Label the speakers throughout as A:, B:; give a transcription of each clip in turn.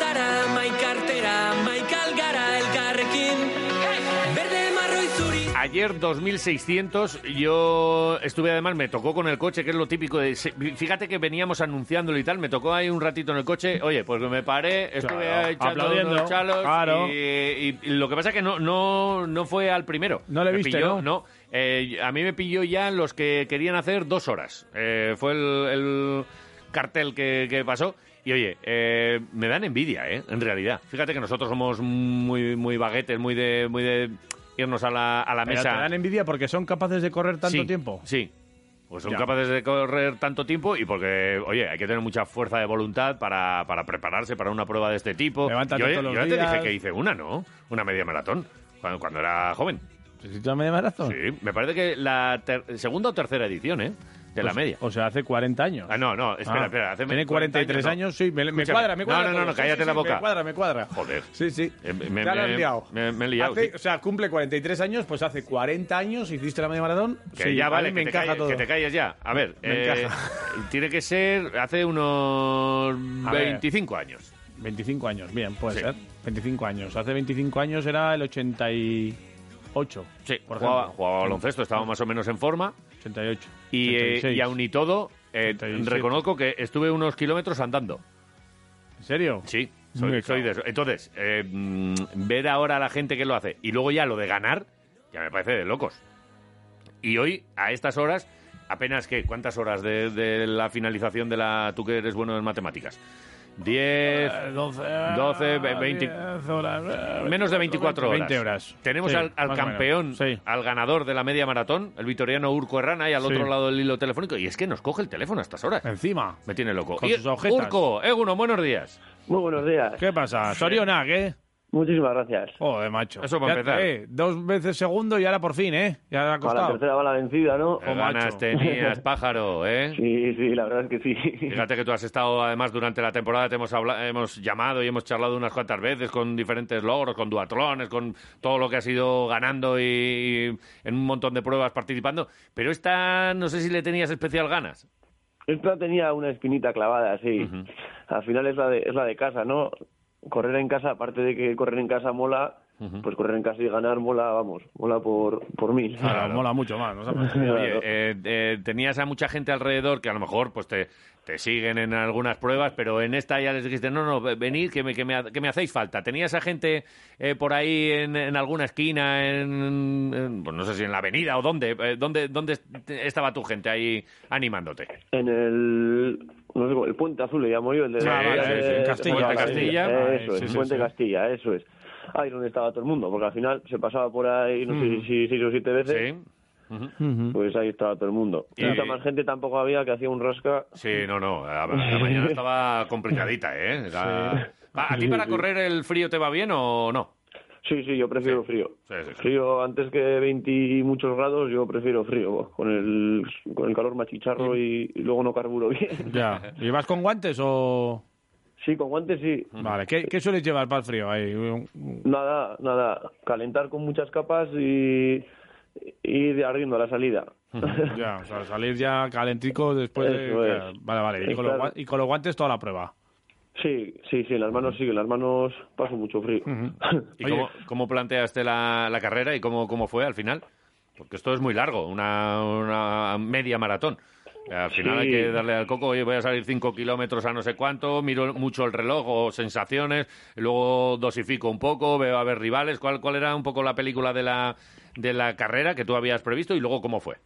A: zara, mai kartera, mai kalgara elkarrekin. Berde, marroi, zuri.
B: Ayer 2600, yo estuve además, me tocó con el coche, que es lo típico de... se- Fíjate que veníamos anunciándolo y tal, me tocó ahí un ratito en el coche, oye, pues me paré, estuve
C: Claro,
B: echando
C: aplaudiendo,
B: unos chalos
C: claro.
B: y, y- y lo que pasa es que no, no, no fue al primero.
C: No le
B: Me
C: viste,
B: pilló-
C: ¿no?
B: Eh, a mí me pilló ya los que querían hacer dos horas. Eh, fue el, el cartel que, que pasó. Y oye, eh, me dan envidia, ¿eh? En realidad. Fíjate que nosotros somos muy, muy baguetes, muy de, muy de irnos a la, a la
C: Pero
B: mesa.
C: te dan envidia porque son capaces de correr tanto
B: Sí,
C: tiempo.
B: Sí. Pues son
C: Ya.
B: capaces de correr tanto tiempo y porque, oye, hay que tener mucha fuerza de voluntad para, para prepararse para una prueba de este tipo.
C: Levántate
B: yo
C: todos los
B: yo ya te
C: días.
B: dije que hice una, ¿no? Una media maratón, cuando, cuando era joven.
C: ¿Necesitas media maratón?
B: Sí, me parece que la ter- segunda o tercera edición, ¿eh? De la
C: O-
B: media.
C: Pues, O sea, hace 40 años.
B: Ah, no, no, espera,
C: Ah,
B: espera. hace
C: Tiene
B: 40
C: 43
B: ¿no?
C: años, sí. Me, me
B: Escúchame.
C: cuadra, me cuadra.
B: No, no, no,
C: todo.
B: no,
C: Sí,
B: cállate
C: sí,
B: la
C: sí,
B: boca.
C: Me cuadra, me cuadra.
B: Joder.
C: Sí, sí.
B: Eh, me-
C: Ya lo
B: me-
C: has liado.
B: me- me he liado,
C: Hace-
B: sí.
C: O sea, cumple 43 años, pues hace 40 años hiciste la media maratón.
B: Que
C: sí,
B: ya
C: a
B: vale,
C: mí me
B: que, te
C: encaja
B: calles,
C: todo.
B: que te calles ya. A ver,
C: Me
B: eh,
C: encaja.
B: tiene que ser hace unos
C: A ver.
B: 25 años.
C: 25 años, bien, puede
B: Sí.
C: ser. 25 años. Hace 25 años era el 88.
B: Sí,
C: por
B: jugaba,
C: ejemplo.
B: jugaba baloncesto, estaba más o menos en forma.
C: 88.
B: Y, eh,
C: 86.
B: y aún y todo, eh,
C: 87.
B: reconozco que estuve unos kilómetros andando.
C: ¿En serio?
B: Sí, soy,
C: Me
B: soy de eso. Entonces, eh, mm, ver ahora a la gente que lo hace y luego ya lo de ganar, ya me parece de locos. Y hoy, a estas horas, apenas que, ¿cuántas horas de, de la finalización de la... Tú que eres bueno en matemáticas. 10...
C: 12,
B: 12, ve- 20,
C: horas. eh,
B: Menos de 24 horas.
C: 20 horas.
B: Tenemos
C: Sí,
B: al, al
C: más o menos.
B: campeón,
C: Sí.
B: al ganador de la media maratón, el vitoriano Urco Herrana, ahí al
C: Sí.
B: otro lado del hilo telefónico. Y es que nos coge el teléfono a estas horas.
C: Encima.
B: Me tiene loco.
C: Con
B: Y-
C: sus agujetas.
B: Urco, Eguno, buenos días.
D: Muy buenos días.
C: ¿Qué pasa? Soriona, ¿qué?
D: Muchísimas gracias.
C: Joder, macho.
B: Eso para
C: Ya-
B: empezar.
C: eh, dos veces segundo y ahora por fin, ¿eh? Ya le ha Eh.
D: Para la
C: costado.
D: tercera bala vencida, ¿no?
B: Qué ganas
C: Oh, macho.
B: tenías, pájaro, ¿eh?
D: Sí, sí, la verdad es que sí.
B: Fíjate que tú has estado, además, durante la temporada, te hemos, habla- hemos llamado y hemos charlado unas cuantas veces con diferentes logros, con duatrones, con todo lo que has ido ganando y, y en un montón de pruebas participando. Pero esta, no sé si le tenías especial ganas.
D: Esta tenía una espinita clavada, sí. Al final es la, de, es la de casa, ¿no? Correr en casa, aparte de que correr en casa mola, pues correr en casa y ganar mola, vamos, mola por, por mil.
C: Claro, mola mucho más. ¿no?
B: Oye, eh, eh, tenías a mucha gente alrededor que a lo mejor pues te, te siguen en algunas pruebas, pero en esta ya les dijiste, no, no, ve- venid, que me, que me, ha- que me hacéis falta. ¿Tenías a gente eh, por ahí en, en alguna esquina, en, en- pues no sé si en la avenida o dónde, eh, dónde, dónde est- estaba tu gente ahí animándote?
D: En el. No sé, cómo, el Puente Azul le llamo yo, el de.
C: Ah,
D: el
C: vale,
D: de-
C: sí, sí, en
D: de-
C: Castilla,
D: Puente
B: vale.
C: Castilla.
D: Eso
C: Ah,
D: es,
C: sí, sí,
D: Puente
C: sí.
D: Castilla, eso es. Ahí donde estaba todo el mundo, porque al final se pasaba por ahí, no
C: Mm.
D: sé si seis o siete veces.
B: Sí.
D: Pues ahí estaba todo el mundo.
B: Y-
D: Mucha más gente tampoco había que hacía un rasca.
B: Sí, no, no. La, la mañana estaba complicadita, ¿eh? Era- ¿A ti para correr el frío te va bien o no?
D: Sí, sí, yo prefiero frío.
B: Sí, sí, sí.
D: Frío antes que 20 y muchos grados, yo prefiero frío. Con el, con el calor machicharro y, y luego no carburo bien.
C: Ya. ¿Y vas con guantes o...?
D: Sí, con guantes sí.
C: Vale. ¿Qué, qué sueles llevar para el frío? Ahí, un- un-
D: Nada, nada. Calentar con muchas capas y y ir arriendo a la salida.
C: ya, o sea, salir ya calentico después de...
D: Eso es.
C: ya, Vale, vale. Y
D: Sí,
C: con, los,
D: claro.
C: gua- y con los guantes toda la prueba.
D: Sí, sí, sí, en las manos sí, en las manos paso mucho frío.
B: ¿Y
C: Oye.
B: cómo, cómo planteaste la, la carrera y cómo, cómo fue al final? Porque esto es muy largo, una, una media maratón. Al final
D: Sí.
B: hay que darle al coco, oye, voy a salir 5 kilómetros a no sé cuánto, miro mucho el reloj o sensaciones, y luego dosifico un poco, veo a ver rivales, cuál, cuál era un poco la película de la, de la carrera que tú habías previsto y luego cómo fue.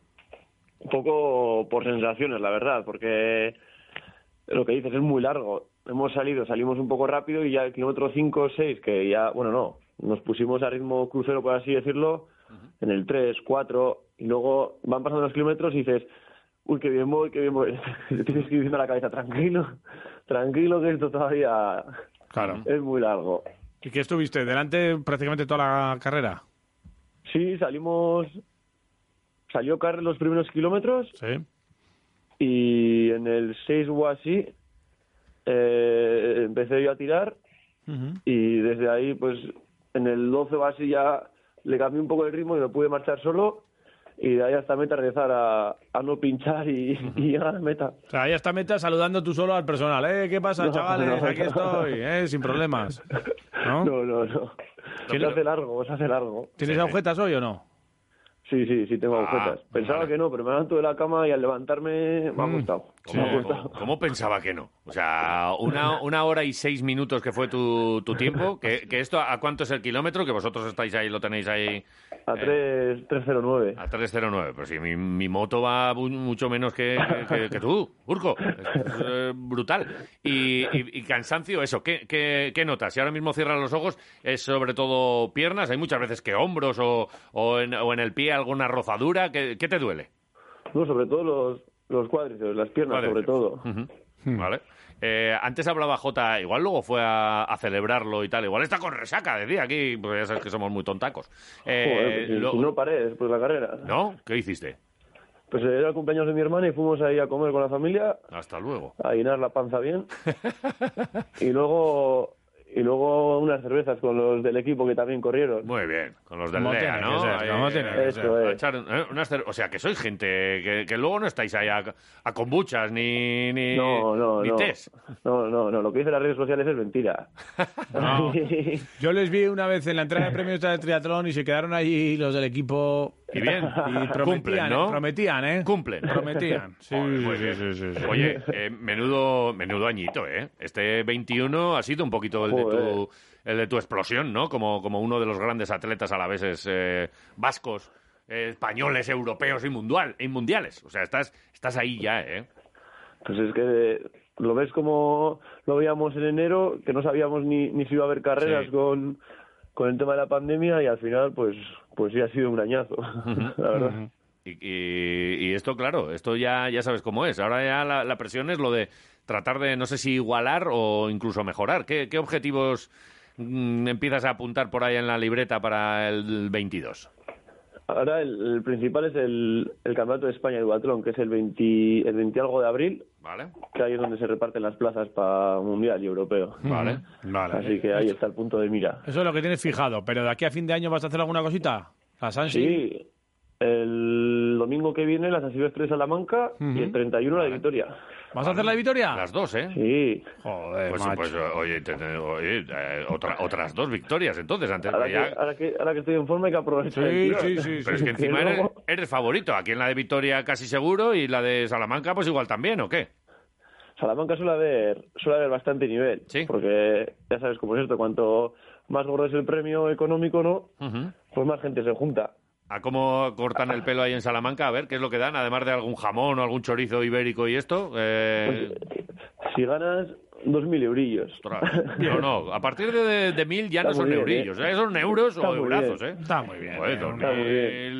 D: un poco por sensaciones, la verdad, porque lo que dices es muy largo. Hemos salido, salimos un poco rápido y ya el kilómetro 5 o 6, que ya, bueno, no, nos pusimos a ritmo crucero, por así decirlo, en el 3, 4, y luego van pasando los kilómetros y dices, uy, qué bien voy, qué bien voy. Te tienes que ir diciendo a la cabeza, tranquilo, tranquilo, que esto todavía
C: Claro.
D: es muy largo.
C: ¿Y qué estuviste? ¿Delante prácticamente toda la carrera?
D: Sí, salimos, salió Carlos los primeros kilómetros
C: Sí.
D: y en el 6 o así eh, empecé yo a tirar
C: Ujú.
D: y desde ahí, pues en el 12 o así ya le cambié un poco el ritmo y me pude marchar solo y de ahí hasta meta regresar a, a no pinchar y, y llegar a meta.
C: O sea, ahí está Meta saludando tú solo al personal. ¿Eh? ¿Qué pasa,
D: No,
C: chavales?
D: no, no.
C: Aquí estoy, ¿eh? sin problemas. ¿No?
D: No, no, no.
C: ¿Qué
D: Se
C: lo-
D: hace largo, se hace largo.
C: ¿Tienes
B: Sí, sí.
C: agujetas hoy o no?
D: Sí, sí, sí tengo
B: Ah,
D: agujetas. Pensaba
B: vale.
D: que no, pero me levanto de la cama y al levantarme me ha costado. Me ha
B: ¿Cómo,
D: costado.
B: cómo pensaba que no? O sea, una, una hora y seis minutos que fue tu, tu tiempo. Que, que esto, ¿A cuánto es el kilómetro? Que vosotros estáis ahí, lo tenéis ahí
D: A 3, 309.
B: a 3.09. Pero si mi, mi moto va bu- mucho menos que, que- que tú, Urco. Es, eh, brutal. Y, y- y cansancio, eso. ¿Qué, qué, qué notas? Si ahora mismo cierras los ojos, es sobre todo piernas. Hay muchas veces que hombros o, o en, o en el pie alguna rozadura. ¿Qué, qué te duele?
D: No, sobre todo los, los cuádriceps, las piernas sobre todo.
B: Cuádriceps. Ujú. Vale. Eh, antes hablaba Jota, igual luego fue a, a celebrarlo y tal. Igual está con resaca, decía aquí, porque ya sabes que somos muy tontacos. Eh,
D: Joder, pues si-
B: lo-
D: si no paré después de la carrera.
B: ¿No? ¿Qué hiciste?
D: Pues era el cumpleaños de mi hermana y fuimos ahí a comer con la familia,
B: Hasta luego.
D: a llenar la panza bien. y luego y luego unas cervezas con los del equipo que también corrieron.
B: Muy bien, con los del
C: Como
B: Lea,
C: tiene que
B: ¿no?
C: ser,
B: Ahí,
C: como tiene
D: que
B: eh,
D: ser. Eso
B: a
D: es.
B: echar, eh, unas cer- o sea, que sois gente que, que luego no estáis ahí a, a kombuchas ni, ni,
D: No, no,
B: ni
D: no.
B: tés.
D: No, no, no. Lo que dicen las redes sociales es mentira. Pues
B: No.
C: Yo les vi una vez en la entrega de premios de triatlón y se quedaron allí los del equipo.
B: Y bien.
C: Y prometían,
B: Cumplen, ¿no?
C: ¿eh? Prometían, ¿eh?
B: Cumplen.
C: Prometían. Sí,
B: Joder,
C: sí,
B: muy
C: sí,
B: bien.
C: sí, sí, sí.
B: Oye, eh, menudo, menudo añito, ¿eh? Este 21 ha sido un poquito el, de
D: Joder.
B: tu, el de tu explosión, ¿no? Como, como uno de los grandes atletas a la vez es, eh, vascos, eh, españoles, europeos y, mundial, y mundiales. O sea, estás, estás ahí ya, ¿eh?
D: Pues es que lo ves como lo veíamos en enero, que no sabíamos ni, ni si iba a haber carreras
B: Sí.
D: con, con el tema de la pandemia y al final, pues, pues sí ha sido un añazo, la verdad.
B: Y, y- y esto, claro, esto ya, ya sabes cómo es. Ahora ya la, la presión es lo de tratar de, no sé si igualar o incluso mejorar. ¿Qué, qué objetivos mm, empiezas a apuntar por ahí en la libreta para el 22?
D: Ahora el, el principal es el, el Campeonato de España de Duatlón, que es el 20, el 20 algo de abril,
B: ¿Vale?
D: que ahí es donde se reparten las plazas para Mundial y Europeo.
B: Vale.
D: Así que ahí está el punto de mira.
C: Eso es lo que tienes fijado, pero de aquí a fin de año vas a hacer alguna cosita. ¿La Sansi?
D: Sí, el domingo que viene la San Silvestre de Salamanca y el 31 la de Vitoria.
C: ¿Vas a hacer la de Vitoria?
B: Las dos, ¿eh?
D: Sí,
C: Joder,
B: Pues,
C: macho.
B: pues, oye, te- te- oye, eh, otra- otras dos victorias entonces antes
D: Ahora
B: de ya-
D: que, ahora, que, ahora que estoy en forma hay que aprovechar. el
C: Sí,
D: tiro.
C: sí, sí.
B: Pero es
C: sí.
B: que encima
D: Que
B: eres,
D: luego-
B: eres favorito. Aquí en la de Victoria casi seguro y la de Salamanca pues igual también, ¿o qué?
D: Salamanca suele haber, suele haber bastante nivel.
B: Sí.
D: Porque ya sabes cómo es esto, cuanto más gordo es el premio económico, ¿no?
B: Ujú.
D: Pues más gente se junta.
B: ¿A cómo cortan el pelo ahí en Salamanca? A ver, ¿qué es lo que dan? Además de algún jamón o algún chorizo ibérico y esto. Eh,
D: Si ganas, dos mil eurillos.
B: ostras, no, no. A partir de, de, de mil ya
D: Está
B: no son
D: muy bien,
B: eurillos.
D: ¿eh?
B: ¿eh? Son euros o
D: Está muy
B: eurazos,
D: bien.
B: ¿eh?
C: Está muy bien.
B: Joder,
C: eh,
B: dos
C: hombre.
D: muy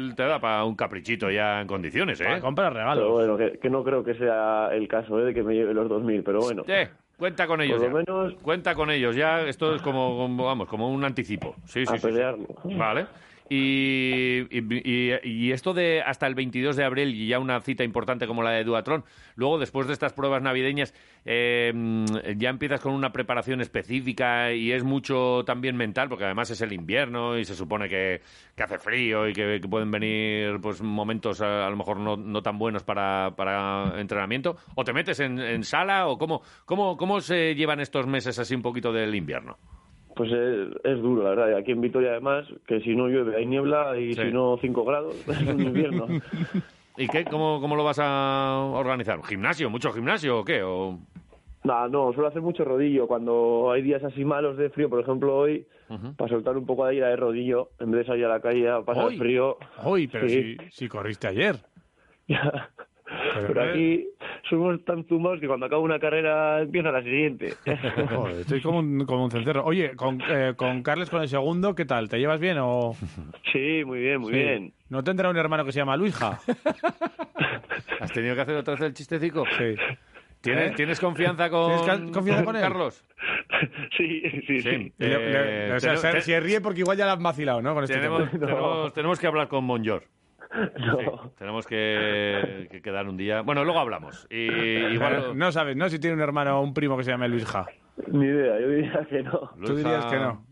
B: mil te da para un caprichito ya en condiciones,
C: Para
B: ¿eh?
C: comprar regalos.
D: Pero bueno, que, que no creo que sea el caso ¿eh? de que me lleve los dos mil, pero bueno.
B: Eh, cuenta con ellos
D: Por
B: ya.
D: lo menos-
B: Cuenta con ellos ya. Esto es como, como- vamos, como un anticipo. Sí, sí, sí,
D: A
B: sí.
D: pelearlo.
B: Vale. Y, y- y- y esto de hasta el 22 de abril y ya una cita importante como la de Duatrón, luego después de estas pruebas navideñas eh, mm, ya empiezas con una preparación específica y es mucho también mental porque además es el invierno y se supone que, que hace frío y que, que pueden venir pues momentos a, a lo mejor no, no tan buenos para, para entrenamiento o te metes en, en sala o cómo, cómo, cómo se llevan estos meses así un poquito del invierno.
D: Pues es, es duro, la verdad. Y aquí en Vitoria, además, que si no llueve hay niebla y
B: Sí.
D: si no 5 grados, es un invierno.
B: ¿Y qué? ¿Cómo, cómo lo vas a organizar? ¿Gimnasio? ¿Mucho gimnasio o qué? ¿O...
D: Nah, no, suelo hacer mucho rodillo. Cuando hay días así malos de frío, por ejemplo hoy, para soltar un poco de aire de rodillo, en vez de salir a la calle a pasar
C: Hoy.
D: frío.
C: Uy, pero
D: Sí.
C: si, si corriste ayer.
D: Pero,
C: Pero,
D: aquí somos tan zumbados que cuando acaba una carrera empieza la siguiente.
C: Joder, estoy como un, como un cencerro. Oye, con, eh, con Carles, con el segundo, ¿qué tal? ¿Te llevas bien o...?
D: sí, muy bien, muy
C: Sí.
D: bien.
C: ¿No tendrá un hermano que se llama Luija?
B: ¿Has tenido que hacer otra vez el chistecico?
C: Sí.
B: ¿Tienes,
C: ¿Eh?
B: ¿Tienes confianza con,
C: ¿Tienes ca- confianza con él?
B: Carlos?
D: Sí, sí, sí.
B: Sí.
C: Le- le-
B: Eh,
C: o sea,
B: tenemos-
C: se, se ríe porque igual ya la has vacilado, ¿no? Con este
B: tenemos,
C: tema.
B: tenemos- tenemos que hablar con Monjor.
D: No.
B: Sí, tenemos que, que quedar un día. Bueno, luego hablamos. Y, igual,
C: No sabes, ¿no? Si tiene un hermano o un primo que se llame Luis Ja.
D: Ni idea, yo diría que no.
C: Tú dirías que no.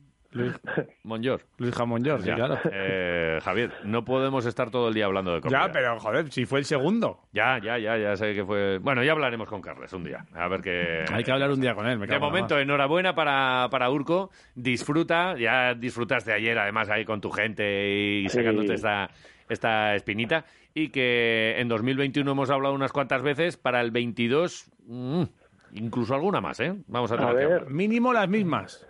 B: Monjor.
C: Luis Jamón George, sí,
B: Ya.
C: claro.
B: Eh, Javier, no podemos estar todo el día hablando de comida.
C: Ya, pero joder, si fue el segundo.
B: Ya, ya, ya, ya sé que fue. Bueno, ya hablaremos con Carles un día. A ver qué.
C: Hay que hablar un día con él, me
B: Eh, De
C: cago en la
B: momento,
C: mar.
B: enhorabuena para, para Urco. Disfruta, ya disfrutaste ayer, además, ahí con tu gente y
D: Sí.
B: sacándote esta, esta espinita. Y que en 2021 hemos hablado unas cuantas veces, para el 22, mm, incluso alguna más, ¿eh? Vamos a
D: A
B: tener que-
D: ver,
C: Mínimo las mismas.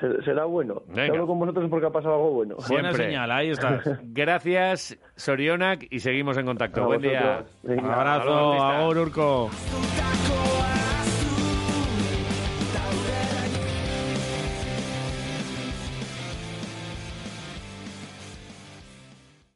D: se- será bueno. Te
B: Venga.
D: Hablo con vosotros porque ha pasado algo bueno.
C: Buena
B: Siempre.
C: señal, ahí estás.
B: Gracias, Sorionak, y seguimos en contacto.
D: A
B: Buen día.
D: vosotros. Venga.
C: Abrazo,
B: Saludos, listas.
C: ahora Urco.
A: Zutakoa